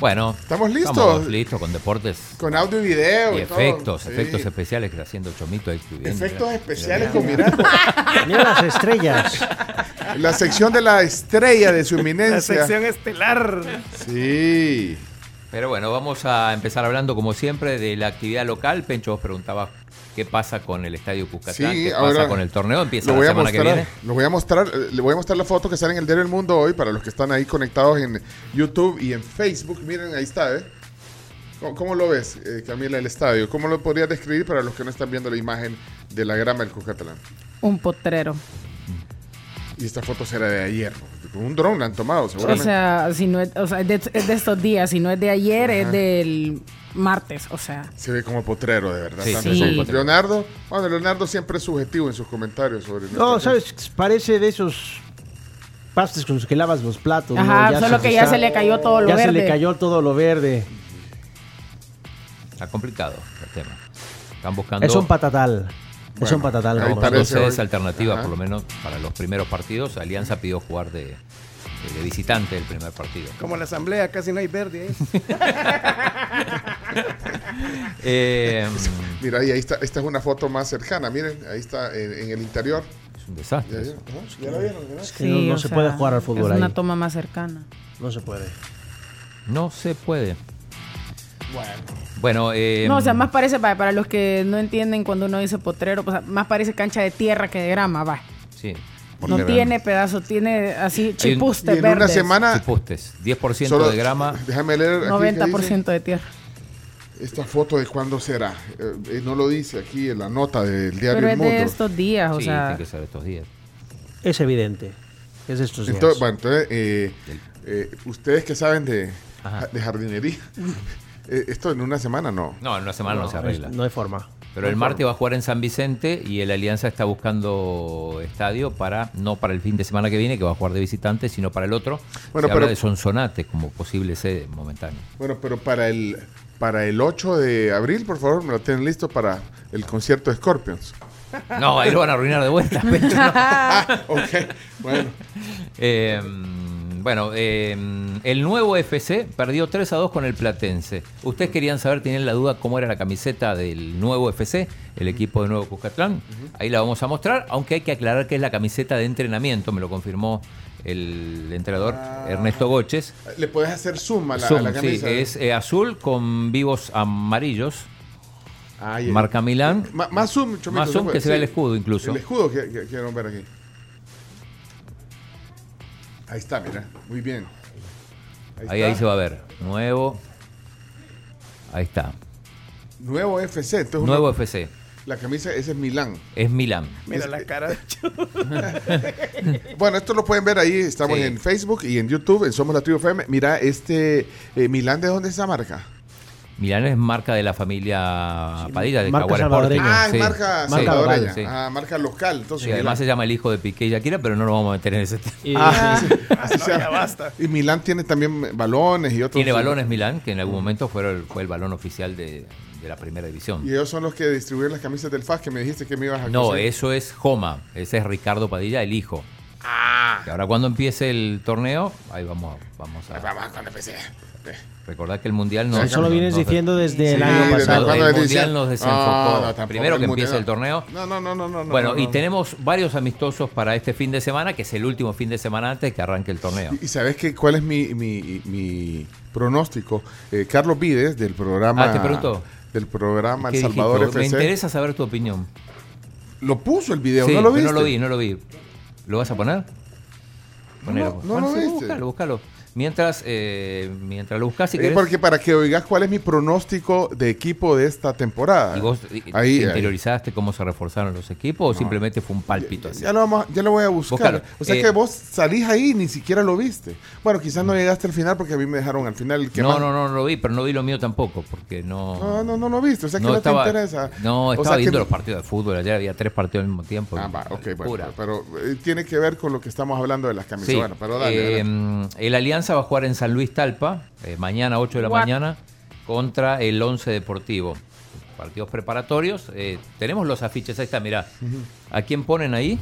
Bueno, ¿Estamos listos? estamos listos con deportes Con audio y video. y y todo. efectos, Sí. efectos especiales que está haciendo Chomito ahí escribiendo. Efectos Mira, especiales mira, con mira. Miranda. Mira las estrellas. La sección de la estrella de su eminencia. estelar. Sí. Pero bueno, vamos a empezar hablando como siempre de la actividad local. Pencho, vos preguntabas qué pasa con el Estadio Cuscatlán, Sí, qué ahora pasa con el torneo. Empieza Lo la voy, a semana que mostrar, viene. lo voy a mostrar, eh, le voy a mostrar la foto que sale en el Diario del Mundo hoy para los que están ahí conectados en YouTube y en Facebook. Miren, ahí está, ¿eh? ¿Cómo, cómo lo ves, eh, Camila, el estadio? ¿Cómo lo podrías describir para los que no están viendo la imagen de la grama del Cucatlán? Un potrero. Y esta foto será de ayer. ¿no? Con un dron la han tomado, O seguramente. sea, si no es, o sea, es de, es de estos días, si no es de ayer, es del martes, o sea. Se ve como potrero, de verdad. Sí, Tanto sí. como- Leonardo, bueno, Leonardo siempre es subjetivo en sus comentarios sobre No, nuestra- ¿sabes? Parece de esos pastes con los que lavas los platos. ¿no? Ajá, solo que ya está- se le cayó todo lo ya se verde. le cayó todo lo verde. Está complicado el tema. Están buscando Es un patatal. es Bueno, un patatal. ahí ¿no? parece. dos sedes hoy. alternativas, Ajá. por lo menos para los primeros partidos. Alianza pidió jugar de, de- de visitante el primer partido. Como la asamblea, casi no hay verde. Eh, Mira, ahí, ahí está, esta es una foto más cercana, miren, ahí está en, en el interior. es un Ya, desastre. ya, eso. ajá, ya la vieron, ¿verdad? Es que no, no se puede jugar al fútbol Es ahí. una toma más cercana. No se puede. No se puede. Bueno, Bueno, eh, no, o sea, más parece, para, para los que no entienden cuando uno dice potrero, pues, más parece cancha de tierra que de grama, va. sí. No Porque tiene pedazo, tiene así chipuste y en una verdes. semana, Postes, 10% solo- de grama. Déjame leer. aquí que dice, 90% de tierra. Esta foto de cuándo será. Eh, eh, no lo dice aquí en la nota del diario Pero El es Mundo. de estos días, o sí, sea. tiene que ser estos días. Es evidente. Es de estos días. Entonces, bueno, entonces, eh, eh, ustedes que saben de, Ajá. de jardinería, eh, esto en una semana no. No, en una semana no, se es- arregla. no hay forma. Pero el martes va a jugar en San Vicente y el Alianza está buscando estadio para, no para el fin de semana que viene, que va a jugar de visitante, sino para el otro. Bueno, se pero- habla de Sonsonate como posible sede momentánea. Bueno, pero para el para el 8 de abril, por favor, me lo tienen listo para el concierto de Scorpions. No, ahí lo van a arruinar de vuelta. Pecho, no. Ah, ok. Bueno, Eh, bueno, eh, el nuevo FC perdió 3 a 2 con el Platense. Ustedes querían saber, tienen la duda, cómo era la camiseta del nuevo FC, el equipo de Nuevo Cuscatlán. Ahí la vamos a mostrar, aunque hay que aclarar que es la camiseta de entrenamiento, me lo confirmó el entrenador Ernesto Goches. le puedes hacer zoom Ah. a la, a Zoom, la sí, camisa. que es eh, azul con vivos amarillos, Ahí, marca Milán. Eh, Ma- más zoom, Chomito, Más zoom puede? que se vea el escudo incluso. El escudo que, que- quiero ver aquí. Ahí está, mira. Muy bien. Ahí, está. ahí se va a ver. Nuevo. Ahí está. Nuevo FC. entonces Nuevo uno- FC. La camisa, ese es Milán. Es Milán. Mira la cara Bueno, esto lo pueden ver ahí. Estamos Sí. en Facebook y en YouTube, en Somos la Tribu FM. Mira, este eh, Milán, ¿de dónde es esa marca? Milán es marca de la familia Padilla de marca Jaguar Sporting. salvadoreña. Ah, es Sí, marca sí, salvadoreña. sí. Ah, marca local. Entonces, Sí, Milán. además se llama el hijo de Piqué y Shakira, pero no nos vamos a meter en ese tema. Y- Ah, sí, así sea. Y Milán tiene también balones y otros. Tiene balones Milán, que en algún momento fue el, fue el balón oficial de, de la primera división. Y ellos son los que distribuyen las camisas del FAS que me dijiste que me ibas a No, conseguir. eso es Joma, ese es Ricardo Padilla, el hijo. Ah. Y ahora cuando empiece el torneo, ahí vamos, vamos a Vamos con la PC. recordar que el Mundial no... Sí, Eso lo no- vienes no- diciendo desde el Sí, año desde pasado. cuando El le Mundial dicen- nos desenfocó. Ah, No, no, tampoco Primero el que Mundial, empiece no. el torneo. No, no, no, no, no. no, Bueno, no, y no. tenemos varios amistosos para este fin de semana, que es el último fin de semana antes que arranque el torneo. ¿Y sabes qué, cuál es mi, mi, mi pronóstico? Eh, Carlos Vides, del programa. Ah, te preguntó. Del programa ¿Qué El Salvador dijiste? Me FC. interesa saber tu opinión. Lo puso el video, Sí, ¿no lo pero viste? no lo vi, no lo vi. ¿Lo vas a poner? Ponelo. no lo Ah, sí, viste. Búscalo, búscalo. Mientras, eh, mientras lo buscas, si Eh, querés. porque para que oigas cuál es mi pronóstico de equipo de esta temporada. ¿Y vos eh, ah, Ahí, te ahí. interiorizaste cómo se reforzaron los equipos o simplemente fue un palpito así? Ya lo, vamos a- ya lo voy a buscar. Búscalo. O sea Eh, que vos salís ahí y ni siquiera lo viste. Bueno, quizás no llegaste al final porque a mí me dejaron al final. el que No, más- no, no, no lo vi, pero no vi lo mío tampoco, porque no. No, no, no lo viste. O sea que no, te interesa. No, O estaba sea que- viendo los partidos de fútbol. Ayer había tres partidos al mismo tiempo. Ah, va, ok, bueno, Locura. pero eh, tiene que ver con lo que estamos hablando de las camisas. Sí. Bueno, pero dale, Eh, adelante. el Alianza va a jugar en San Luis Talpa, eh, mañana 8 de la What? mañana, contra el Once Deportivo. Partidos preparatorios. eh, tenemos los afiches, ahí está, mirá. ¿A quién ponen ahí?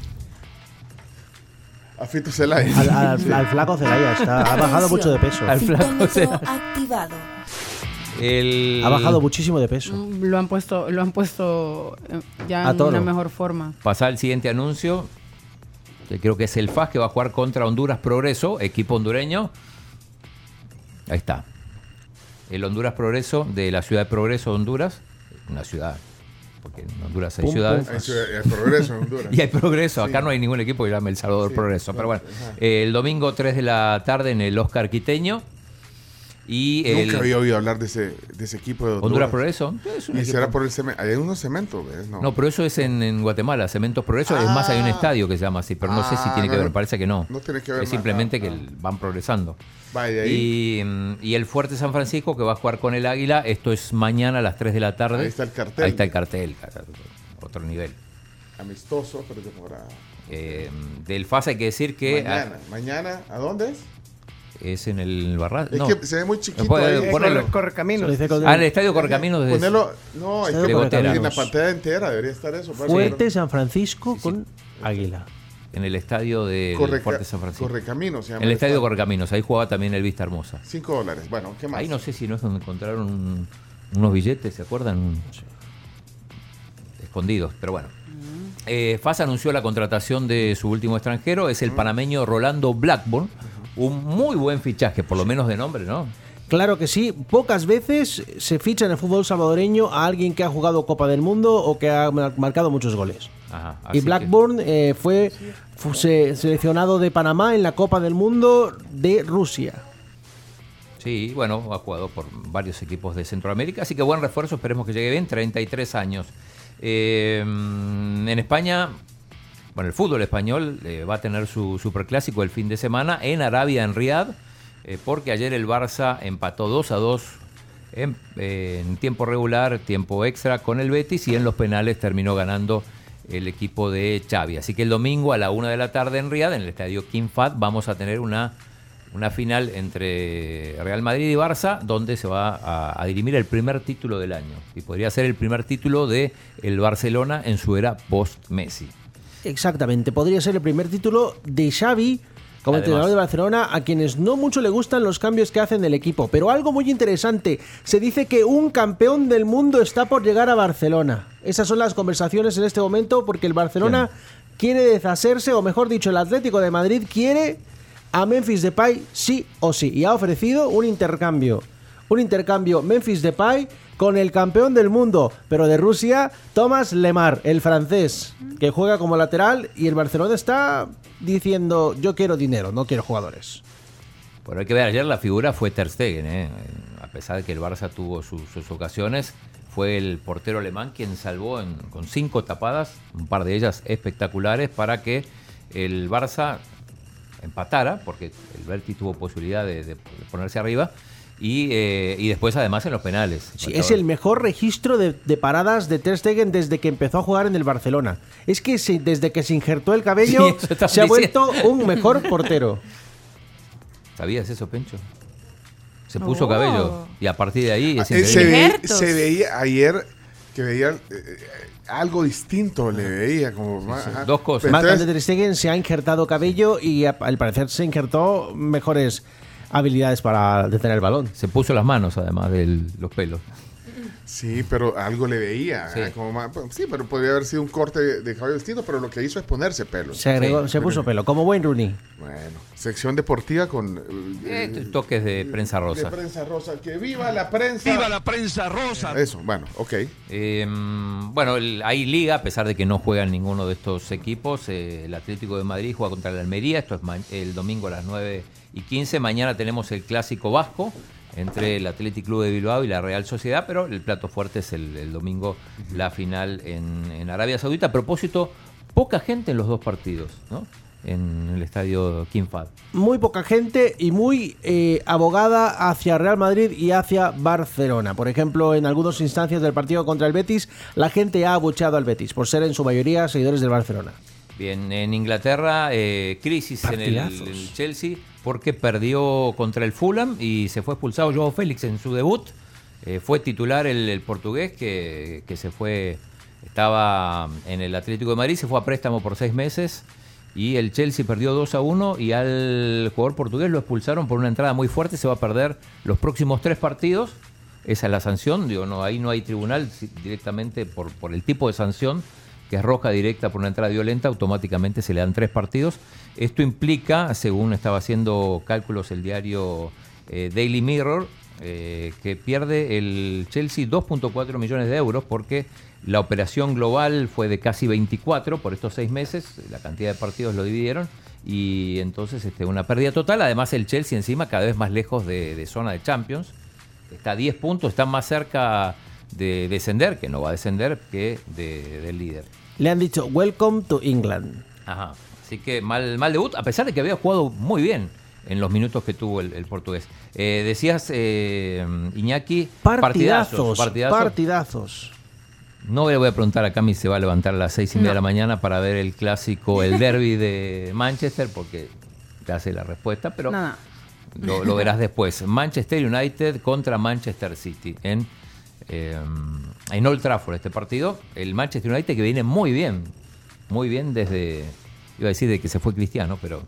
a Fito Zelaya. Al, al- al flaco Zelaya está, ha bajado mucho de peso. Al flaco, o sea, activado. el- Ha bajado muchísimo de peso. Mm, Lo han puesto, lo han puesto eh, ya A en toro. una mejor forma. Pasar al siguiente anuncio. que creo que es el FAS que va a jugar contra Honduras Progreso, equipo hondureño. Ahí está. El Honduras Progreso de la ciudad de Progreso, Honduras. Una ciudad, porque en Honduras hay ciudades. Ahí se- El progreso en Honduras. Y hay progreso. Acá no hay ningún equipo que llame El Salvador Progreso. Pero bueno, eh, el domingo 3 de la tarde en el Oscar Quiteño. Y el Nunca había oído hablar de ese, de ese equipo de Honduras. Honduras Progreso. Es un Y equipo- será por el cemento. Hay unos cementos, ¿ves? No. No, pero eso es en, en Guatemala, Cementos Progreso. es más, hay un estadio que se llama así, pero no sé si Ah, tiene que no, ver, no. parece que no. No tiene que ver Es nada, simplemente que no. el- van progresando. Va, y de ahí. Y, mm, y el Fuerte San Francisco que va a jugar con el Águila, esto es mañana a las 3 de la tarde. Ahí está el cartel. Ahí está el cartel, cara, otro nivel. Amistoso, pero temporada. Eh, del FAS hay que decir que Mañana. Mañana, ¿a dónde es? ah, es en el Barra. Es no. que se ve muy chiquito. Puede- ahí. Eh, ponelo. Corre, correcaminos. Dice con- Ah, en el estadio Correcaminos desde Ponelo. No, hay Estadio que Correcaminos. en la pantalla entera debería estar eso. pues, parce, Fuerte pero- San Francisco sí. con Águila. en el estadio del Correca- Fuerte San Francisco. Correcaminos se en llama el estadio Correcaminos, ahí jugaba también el Vista Hermosa. 5 dólares. Bueno, ¿qué más? Ahí no sé si no es donde encontraron un- unos billetes, ¿se acuerdan? Un- Escondidos, pero bueno. Eh, FAS anunció la contratación de su último extranjero, es el Mm. panameño Rolando Blackburn. Un muy buen fichaje, por lo menos de nombre, ¿no? Claro que sí, pocas veces se ficha en el fútbol salvadoreño a alguien que ha jugado Copa del Mundo o que ha mar- marcado muchos goles. Ajá, así Y que- Blackburn eh, fue, fu- se- seleccionado de Panamá en la Copa del Mundo de Rusia. Sí, bueno, ha jugado por varios equipos de Centroamérica, así que buen refuerzo, esperemos que llegue bien, 33 años. Eh, en España, bueno, el fútbol español eh, va a tener su superclásico el fin de semana en Arabia, en Riad, porque ayer el Barça empató 2 a 2 en, eh, en tiempo regular, tiempo extra con el Betis y en los penales terminó ganando el equipo de Xavi. Así que el domingo a la una de la tarde en Riad, en el estadio King Fahd, vamos a tener una una final entre Real Madrid y Barça, donde se va a, a dirimir el primer título del año. Y podría ser el primer título de el Barcelona en su era post-Messi. Exactamente, podría ser el primer título de Xavi como Además. entrenador de Barcelona, a quienes no mucho le gustan los cambios que hacen del equipo. Pero algo muy interesante, se dice que un campeón del mundo está por llegar a Barcelona. Esas son las conversaciones en este momento porque el Barcelona quiere deshacerse, o mejor dicho, el Atlético de Madrid quiere a Memphis Depay sí o sí. Y ha ofrecido un intercambio. Un intercambio Memphis Depay con el campeón del mundo, pero de Rusia, Thomas Lemar, el francés, que juega como lateral y el Barcelona está diciendo yo quiero dinero, no quiero jugadores. Pero hay que ver, ayer la figura fue Ter Stegen, ¿eh? a pesar de que el Barça tuvo sus, sus ocasiones, fue el portero alemán quien salvó en- con cinco tapadas, un par de ellas espectaculares, para que el Barça empatara, porque el Berti tuvo posibilidad de, de ponerse arriba, y, eh, y después además en los penales. Sí, es el mejor registro de, de paradas de Ter Stegen desde que empezó a jugar en el Barcelona. Es que se- desde que se injertó el cabello Sí, eso estaba se ha diciendo. vuelto un mejor portero. ¿Sabías eso, Pencho? Se puso Oh. cabello y a partir de ahí Ah, es eh, se, increíble. ve- Injertos. se veía ayer que veía eh, eh, algo distinto, le veía como ma- ajá. Dos cosas. Pero Marc André entonces, Ter Stegen se ha injertado cabello y a- al parecer se injertó mejores habilidades para detener el balón. Se puso las manos además de los pelos. Sí, pero algo le veía. Sí. ah, como más- pues, sí, pero podría haber sido un corte de- de cabello distinto, pero lo que hizo es ponerse pelo. Se, agregó- Sí. se puso pelo, como Wayne Rooney. Bueno, sección deportiva con... eh, Eh, toques de prensa rosa. De prensa rosa. Que viva la prensa. la prensa rosa! Eso, bueno, ok. Eh, bueno, el- hay liga, a pesar de que no juegan ninguno de estos equipos. eh, el Atlético de Madrid juega contra el Almería. Esto es ma- el domingo a las 9 y 15. Mañana tenemos el clásico vasco entre el Athletic Club de Bilbao y la Real Sociedad, pero el plato fuerte es el, el domingo la final en, en Arabia Saudita. A propósito, poca gente en los dos partidos, ¿no? En el estadio King Fahd. Muy poca gente y muy eh, abogada hacia Real Madrid y hacia Barcelona. Por ejemplo, en algunas instancias del partido contra el Betis, la gente ha abucheado al Betis por ser en su mayoría seguidores del Barcelona. Bien, en Inglaterra, eh, crisis en el, Partidazos. el Chelsea porque perdió contra el Fulham y se fue expulsado Joao Félix en su debut. Eh, fue titular el, el portugués que, que se fue, estaba en el Atlético de Madrid, se fue a préstamo por seis meses y el Chelsea perdió 2 a 1 y al jugador portugués lo expulsaron por una entrada muy fuerte, se va a perder los próximos tres partidos. Esa es la sanción, digo, no, ahí no hay tribunal si- directamente por, por el tipo de sanción, que es roja directa por una entrada violenta, automáticamente se le dan tres partidos. Esto implica, según estaba haciendo cálculos el diario eh, Daily Mirror, eh, que pierde el Chelsea 2.4 millones de euros porque la operación global fue de casi 24 por estos seis meses, la cantidad de partidos lo dividieron y entonces este, una pérdida total. Además el Chelsea encima cada vez más lejos de, de zona de Champions, está a 10 puntos, está más cerca de descender, que no va a descender, que de- del líder. Le han dicho, welcome to England. Ajá. Así que mal, mal debut, a pesar de que había jugado muy bien en los minutos que tuvo el, el portugués. Eh, decías, eh, Iñaki, Partidazos, partidazos. partidazos. no le voy a preguntar a Cami si se va a levantar a las seis y media de la mañana para ver el clásico, el derby de Manchester, porque te hace la respuesta, pero No, no. lo, lo verás después. Manchester United contra Manchester City en, eh, en Old Trafford este partido. El Manchester United que viene muy bien, muy bien desde, iba a decir de que se fue Cristiano, pero,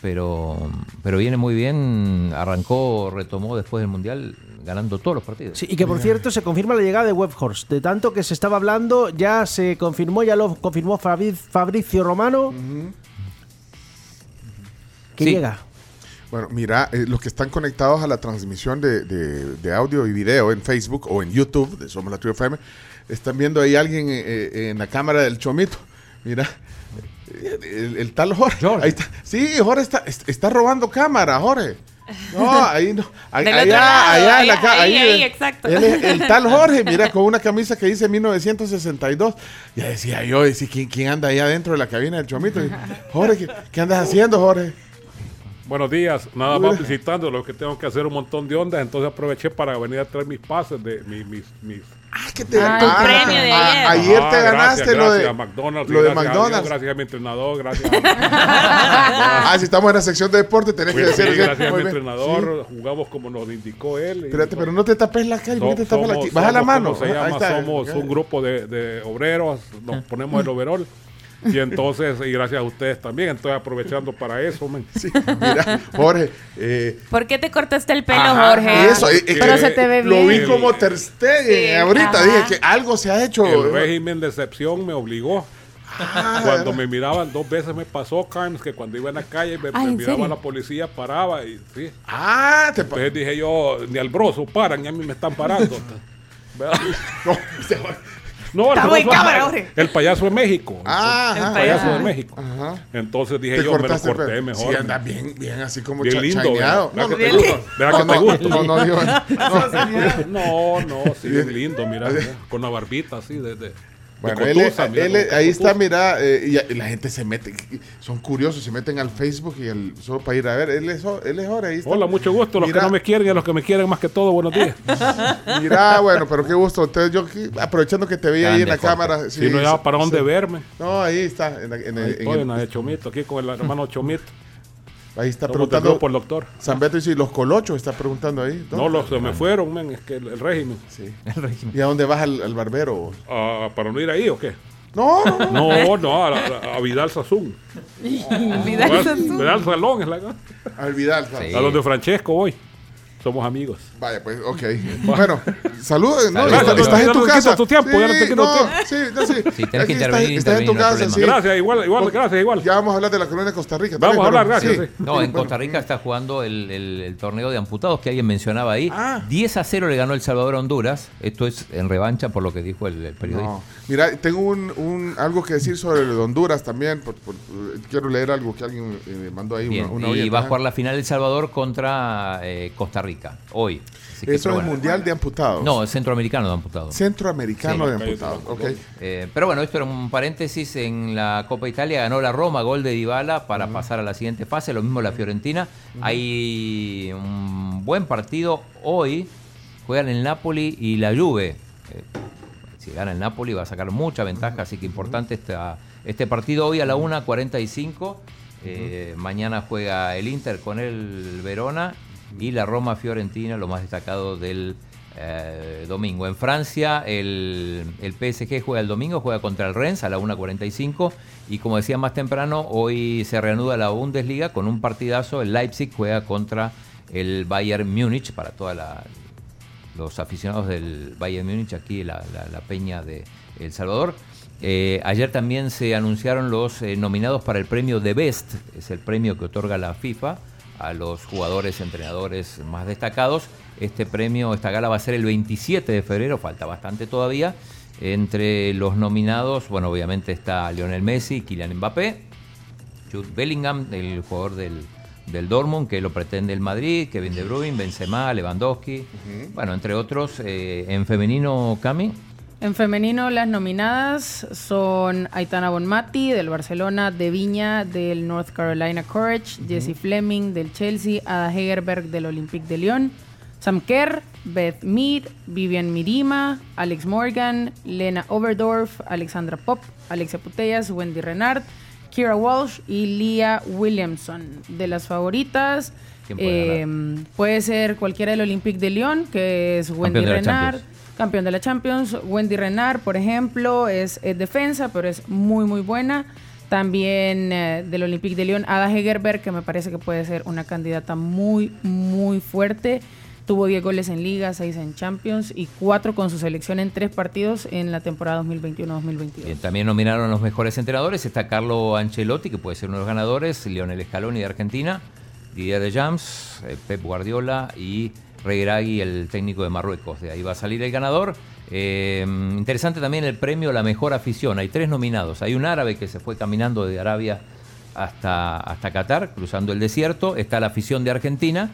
pero, pero viene muy bien, arrancó, retomó después del Mundial ganando todos los partidos. Sí, y que por cierto se confirma la llegada de Webhorst. De tanto que se estaba hablando, ya se confirmó, ya lo confirmó Fabri- Fabricio Romano. Que Sí. llega. Bueno, mira, eh, los que están conectados a la transmisión de, de- de audio y video en Facebook o en YouTube de Somos la Tribu FM, están viendo ahí alguien eh, eh, en la cámara del Chomito. Mira, eh, el, el tal Jorge. Jorge. Ahí está. Sí, Jorge está, es- está robando cámara, Jorge. No, ahí no. Ahí, Del otro lado, en la ahí, ca- ahí, ahí, eh, exacto. él es el tal Jorge, mira, con una camisa que dice 1962. Ya decía yo, decía, ¿quién, quién anda ahí adentro de la cabina del Chomito? Y, Jorge, ¿qué- ¿qué andas haciendo, Jorge? Buenos días, nada más visitando lo que tengo que hacer un montón de ondas, entonces aproveché para venir a traer mis pases de mi- mis, mis Ah, que te Ah, tu ganaste. premio de Ah, ayer. ayer te ganaste Ah, gracias, lo gracias de a McDonald's, Lo de gracias a Dios, McDonald's. gracias a mi entrenador, gracias a, ah, si estamos en la sección de deporte, tenés Fui- que decir. sí, gracias a Muy mi bien. entrenador, jugamos como nos indicó él. y- Espérate, pero no te tapes la calle, ¿por qué te So- tapas la somos- calle? Baja la somos, mano. ¿cómo se Ahí llama? está. Ah. Somos un grupo de, de obreros, nos ponemos el overall. Y entonces, y gracias a ustedes también, estoy aprovechando para eso. men. Sí, mira, Jorge. eh, ¿Por qué te cortaste el pelo, ajá, Jorge? y eso, eh, eh, Pero se te ve Lo vi bien. como Ter Stegen Sí, ahorita, ajá. dije que algo se ha hecho. El régimen de excepción me obligó. Ah, Cuando me miraban dos veces me pasó, Carms, que cuando iba en la calle me, Ah, me ¿en miraba serio? la policía, paraba y sí. Ah, te pa- Entonces dije yo, ni al broso paran, ni a mí me están parando. ¿Verdad? no, se va- No, el, Estamos en broso- cámara, Jorge. el payaso de México. Ah, el ajá. payaso de Ajá. México. Entonces dije Te yo, me lo cortaste el corté pelo. mejor. Sí, anda bien, bien así como Bien cha- lindo, chaineado. No, ¿verdad? ¿Verdad no, que te gusta? ¿Verdad que no, te gusta? No, no, digo- No, no, sí, bien lindo, mira, con la barbita así de, de- de Bueno, él, cotuza, mira, él- con ahí cotuza. está, mira, eh, y, y la gente se mete, son curiosos, se meten al Facebook y al, solo para ir a ver, él es, él es ahora, ahí está. Hola, mucho gusto. Los Mira. que no me quieren y a los que me quieren más que todo, buenos días. Mira, bueno, pero qué gusto, entonces yo aquí, aprovechando que te vi ahí Grande, en la Jorge. cámara. sí, si no sí, ya para dónde sí. verme. No, ahí está, en la- en el- en Ahí estoy el- en la de Chomito, aquí con el hermano Chomito. ahí está Somos del preguntando, grupo El doctor. San Beto dice, ¿y los colochos? Está preguntando ahí. No, los se me fueron, men, es que el, el régimen. Sí. El régimen. ¿Y a dónde vas al, al barbero? Ah, ¿Para no ir ahí o qué? No, no, no. No, no, a, la- a Vidal Sassoon. Vidal Sassoon. Vidal Salón es la al Vidal. ¿sabes? Sí. A donde Francesco voy. Somos amigos. Vaya, pues, ok. Bueno, saludos. No, Saludos. estás, Saludos. estás en Ya tu no te casa. quito tu tiempo, ya no te sí, quito no, tiempo. sí, no, sí. Sí, tenés que Aquí estás- intervenir, Estás en intervenir, tu no hay casa, sí. problema. Gracias, igual, igual, gracias, igual. Ya vamos a hablar de la colonia de Costa Rica. Vamos a también, hablar, pero- gracias, sí. No, en Bueno, Costa Rica está jugando el, el- el torneo de amputados que alguien mencionaba ahí. 10 a 0 le ganó El Salvador a Honduras. Esto es en revancha por lo que dijo el, el periodista. No. Mira, tengo un, un- algo que decir sobre lo de Honduras también. por- por- eh, quiero leer algo que alguien eh, me mandó ahí. Bien, una, una y oyente, va a ajá. jugar la final El Salvador contra eh, Costa Rica hoy. Así que, Eso pero es bueno. Mundial de Amputados. No, es centroamericano de amputados. Centroamericano Sí. de Amputados. Ok. Eh, pero bueno, esto era un paréntesis. En la Copa Italia ganó la Roma, gol de Dybala para pasar a la siguiente fase. Lo mismo la Fiorentina. Hay un buen partido hoy. Juegan el Napoli y la Juve. Eh, si gana el Napoli va a sacar mucha ventaja, así que importante esta- este partido hoy a la 1.45. Eh, Mañana juega el Inter con el Verona y la Roma Fiorentina, lo más destacado del eh, domingo. En Francia, el, el PSG juega el domingo, juega contra el Rennes a la 1.45 y como decía más temprano, hoy se reanuda la Bundesliga con un partidazo. El Leipzig juega contra el Bayern Múnich para toda la, los aficionados del Bayern Múnich, aquí la, la- la peña de El Salvador. Eh, ayer también se anunciaron los eh, nominados para el premio de Best, es el premio que otorga la FIFA a los jugadores, entrenadores más destacados. Este premio, esta gala va a ser el 27 de febrero, falta bastante todavía. Entre los nominados, bueno, obviamente está Lionel Messi, Kylian Mbappé, Jude Bellingham, el jugador del, del Dortmund, que lo pretende el Madrid, Kevin De Bruyne, Benzema, Lewandowski, bueno, entre otros. eh, en femenino, Cami, En femenino, las nominadas son Aitana Bonmati del Barcelona, De Viña del North Carolina Courage, Jessie Fleming del Chelsea, Ada Hegerberg del Olympique de Lyon, Sam Kerr, Beth Mead, Vivian Mirima, Alex Morgan, Lena Oberdorf, Alexandra Pop, Alexia Putellas, Wendy Renard, Kira Walsh y Leah Williamson. De las favoritas, ¿Quién puede eh, puede ser cualquiera del Olympique de Lyon, que es Wendy Campeón de la Renard. Champions. Campeón de la Champions, Wendy Renard, por ejemplo, es, es defensa, pero es muy, muy buena. También eh, del Olympique de Lyon, Ada Hegerberg, que me parece que puede ser una candidata muy, muy fuerte. Tuvo 10 goles en Liga, 6 en Champions y 4 con su selección en 3 partidos en la temporada 2021-2022. eh, también nominaron a los mejores entrenadores. Está Carlo Ancelotti, que puede ser uno de los ganadores, Lionel Scaloni de Argentina, Didier Deschamps, eh, Pep Guardiola y Regragui, el técnico de Marruecos. De ahí va a salir el ganador. Eh, interesante también el premio a la mejor afición. Hay tres nominados. Hay un árabe que se fue caminando de Arabia hasta, hasta Qatar, cruzando el desierto. Está la afición de Argentina.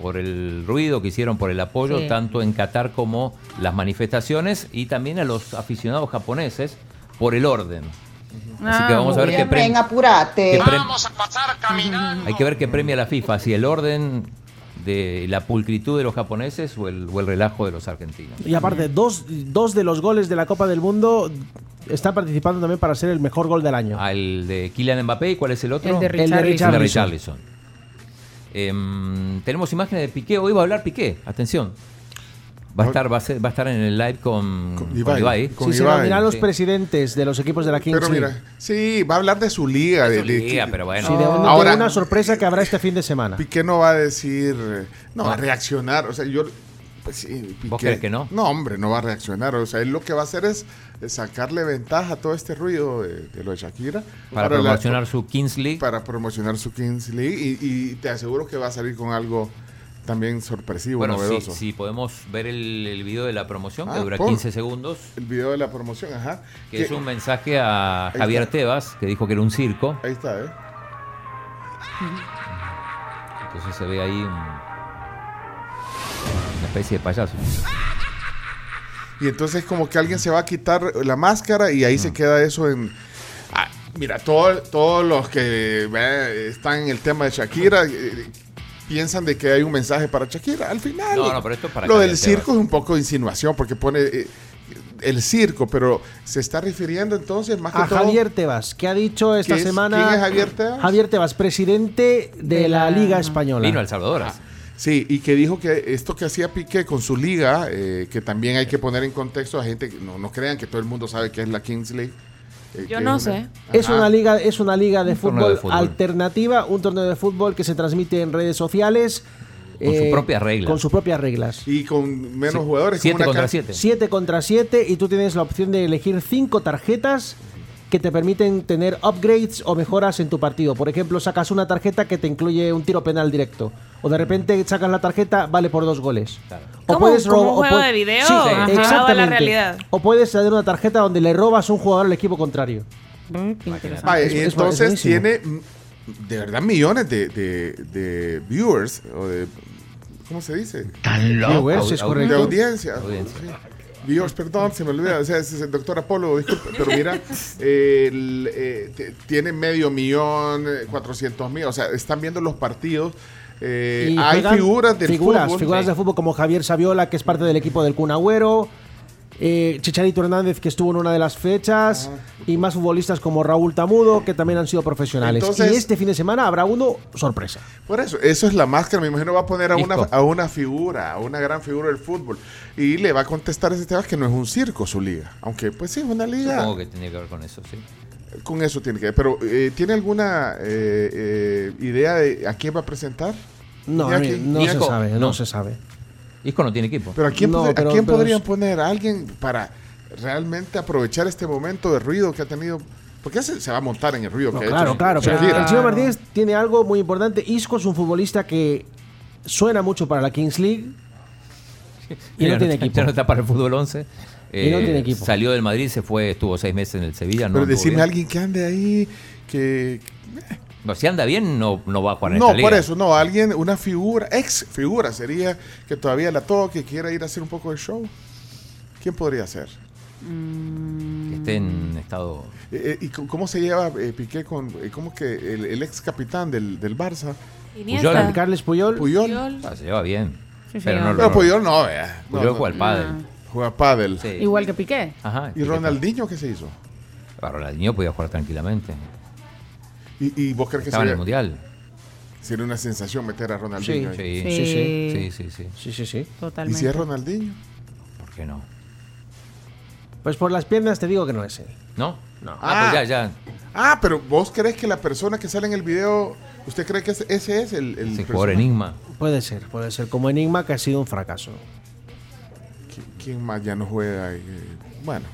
por el ruido que hicieron, por el apoyo, Sí. tanto en Qatar como las manifestaciones, y también a los aficionados japoneses por el orden. Así que Ah, vamos a muy ver qué bien. premio. apurate. a pasar caminando. Hay que ver qué premia la FIFA, si el orden de la pulcritud de los japoneses o el, o el relajo de los argentinos. Y aparte, dos, dos de los goles de la Copa del Mundo están participando también para ser el mejor gol del año. Al de Kylian Mbappé, ¿y cuál es el otro? El de el de El de Ah, Richard. Richarlison. Richarlison. Em, tenemos imágenes de Piqué. Hoy va a hablar Piqué. Atención. Va a estar, va a ser- va a estar en el live con, Con con Ibai. Ibai. Con sí, se Iván, reunirán los sí. presidentes de los equipos de la Kings Pero mira, sí, va a hablar de su liga. De, de- Liga, pero bueno. Sí, de, un- de Ahora- una sorpresa que habrá este fin de semana. Piqué no va a decir, eh, no va a reaccionar. O sea, yo, pues sí, Piqué. crees que no? No, hombre, no va a reaccionar. O sea, él lo que va a hacer es eh, sacarle ventaja a todo este ruido de, de lo de Shakira. Para la- promocionar su Kings League. para promocionar su Kings League y, y te aseguro que va a salir con algo también sorpresivo, bueno, si novedoso. podemos ver el, el video de la promoción, que Ah, dura pon. 15 segundos, El video de la promoción, ajá. que Que- es un mensaje a está. Javier Tebas, que dijo que era un circo. Ahí está, ¿eh? Entonces se ve ahí un- una especie de payaso. Y entonces como que alguien se va a quitar la máscara y ahí se queda eso en... Ah, mira, todo- todos los que eh, están en el tema de Shakira eh, piensan de que hay un mensaje para Shakira. Al final... No, no, pero esto es para Ah, Lo cambiar del el tema. circo es un poco de insinuación porque pone... eh, el circo, pero se está refiriendo entonces más que A todo Javier Tebas, que ha dicho esta ¿Quién es- semana. quién es Javier Tebas? Javier Tebas, presidente de De la la- Liga Española. Vino al Salvador. así. Sí, y que dijo que esto que hacía Piqué con su liga, eh, que también hay que poner en contexto a gente que no, no crean que todo el mundo sabe qué es la Kings League. eh, Yo que no es sé. Es Ajá. una liga, es una liga de Un torneo fútbol, de fútbol. alternativa, un torneo de fútbol que se transmite en redes sociales. eh, Con sus propias reglas. Con sus propias reglas. Y con menos Sí. jugadores. Siete como una contra ca- siete. 7 contra 7 y tú tienes la opción de elegir 5 tarjetas que te permiten tener upgrades o mejoras en tu partido. Por ejemplo, sacas una tarjeta que te incluye un tiro penal directo. O de repente sacas la tarjeta, vale por dos goles. Claro. O Como- como un rob- o juego pue- de video Sí, ajá, exactamente. llevado a la realidad. O puedes tener una tarjeta donde le robas a un jugador al equipo contrario. Mm, qué interesante. Vaya, y Es- Ah, es- es entonces buenísimo. tiene mm, de verdad millones de, de- de viewers o de. ¿Cómo se dice? Viewers, Au- es au- De correcto. audiencia. Audiencia. Sí. Viewers, perdón, se me olvida. O sea, es el doctor Apolo, disculpe. Pero mira, eh, el, eh, t- tiene medio millón, eh, cuatrocientos mil. O sea, están viendo los partidos. eh, Y hay juegan figuras del figuras, fútbol. figuras de fútbol como Javier Saviola, que es parte del equipo del Kun Agüero, eh, Chicharito Hernández, que estuvo en una de las fechas, y más futbolistas como Raúl Tamudo, que también han sido profesionales. Entonces- y este fin de semana habrá uno sorpresa. Por eso, eso es la máscara. Me imagino va a poner a una, Disco. a una figura, a una gran figura del fútbol. Y le va a contestar a ese tema que no es un circo su liga. Aunque, pues sí, es una liga. Supongo que tenía que ver con eso, sí. Con eso tiene que ver. Pero, eh, ¿tiene alguna eh, eh, idea de a quién va a presentar? No, Ni no, aquí, no ni se aquí. sabe, no, No. se sabe. Isco no tiene equipo. Pero ¿a quién, No, podri- pero- ¿a quién pero podrían es- poner a alguien para realmente aprovechar este momento de ruido que ha tenido? Porque se, se va a montar en el ruido No, que ha claro, hecho claro. pero Shakira. el Chino Martínez tiene algo muy importante. Isco es un futbolista que suena mucho para la Kings League y Ya no tiene está- equipo. ya no está para el fútbol 11. Y no tiene equipo. Salió del Madrid, se fue, estuvo seis meses en el Sevilla. No Pero anduvo decime bien. a alguien que ande ahí, que... No, si anda bien, no, no va a jugar en No, esta por liga. eso, no, alguien, una figura, ex figura sería que todavía la toque, quiera ir a hacer un poco de show. ¿Quién podría ser? Que esté en estado. Eh, eh, ¿Y c- cómo se lleva eh, Piqué con, eh, cómo que el, el ex capitán del, del Barça, Iniesta. Puyol. Carles Puyol, Puyol? Ah, se lleva bien. Sí, pero sí, no, no. lo- Pero Puyol no, vea. No, Puyol no, juega al pádel. juega pádel. Sí. Igual que Piqué. Ajá. ¿Y Ronaldinho qué se hizo? Claro, Ronaldinho podía jugar tranquilamente. ¿Y, y vos crees que Estaba en el sería, Mundial. sería una sensación meter a Ronaldinho? ahí? Sí, Sí, sí, sí. sí, sí. sí. Sí, sí, sí. ¿Y Totalmente. si es Ronaldinho? ¿Por qué no? Pues por las piernas te digo que no es él. ¿No? No. Ah, Ah. pues ya, ya. Ah, pero vos crees que la persona que sale en el video, ¿usted cree que ese, ese es el, el Ese personaje? jugador enigma. Puede ser, puede ser. Como Enigma que ha sido un fracaso. ¿Qui- ¿Quién más ya no juega? ahí? Eh, Bueno,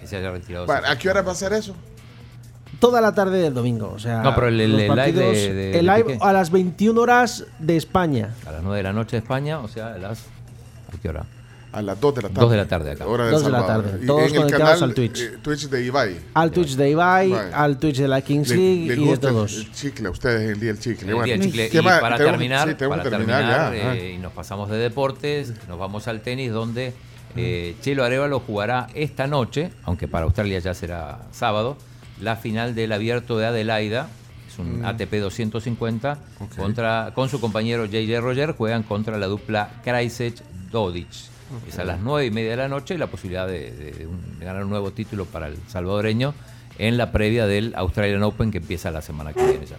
Que se haya retirado. Bueno, ¿a qué hora va a ser eso? Toda la tarde del domingo. O sea, No, pero el- el- los el live de- partidos- de- el de live Piqué. a las 21 horas de España. A las 9 de la noche de España, o sea, a las. ¿A qué hora? A las 2 de la tarde. Dos de la tarde acá. Hora del Dos de la Salvador. tarde. Y Todos en el conectados canal, al Twitch. eh, Twitch de Ibai. Al Twitch de Ibai, Vale. al Twitch de la Kings Le- League le y de gusta el- todos. El chicle, a ustedes el día del chicle. El bueno. día del chicle. ¿Qué Y más? para Tenemos- terminar, sí, tenemos para que terminar, ya, ah. ajá. eh, y nos pasamos de deportes, nos vamos al tenis, donde Mm. eh, Chelo Arevalo jugará esta noche, aunque para Australia ya será sábado, la final del Abierto de Adelaida, es un ATP 250, Mm. Ok. contra, con su compañero JJ Roger, juegan contra la dupla Krajicek-Dodic. Es a las nueve y media de la noche la posibilidad de, de- de un- de ganar un nuevo título para el salvadoreño en la previa del Australian Open que empieza la semana que viene ya.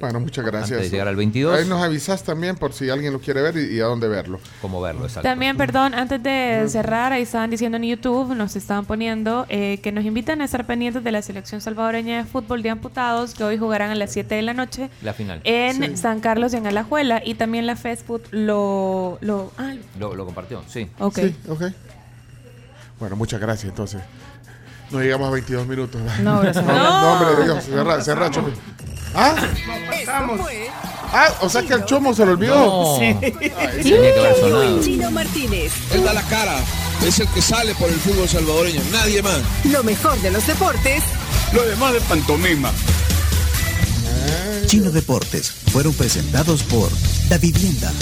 Bueno, muchas gracias. Antes de llegar al 22. Ahí nos avisas también por si alguien lo quiere ver y, y a dónde verlo. Cómo verlo, exacto. También, perdón, antes de cerrar, ahí estaban diciendo en YouTube, nos estaban poniendo eh, que nos invitan a estar pendientes de la selección salvadoreña de fútbol de amputados que hoy jugarán a las 7 de la noche La final. en San Carlos y en Alajuela y también la Facebook lo... lo ah, Lo, lo compartió, sí. ok. Sí, ok. Bueno, muchas gracias entonces. No llegamos a 22 minutos. No, pero se No, no, hombre, Dios, cerra, cerra, chomo. ¿Ah? Esto fue ah, o sea que al chomo se lo olvidó. No. Tenía que haber sonado. el Chino Martínez. Él da la cara, es el que sale por el fútbol salvadoreño, nadie más. Lo mejor de los deportes Lo demás de pantomima. Chino Deportes fueron presentados por Da Vivienda,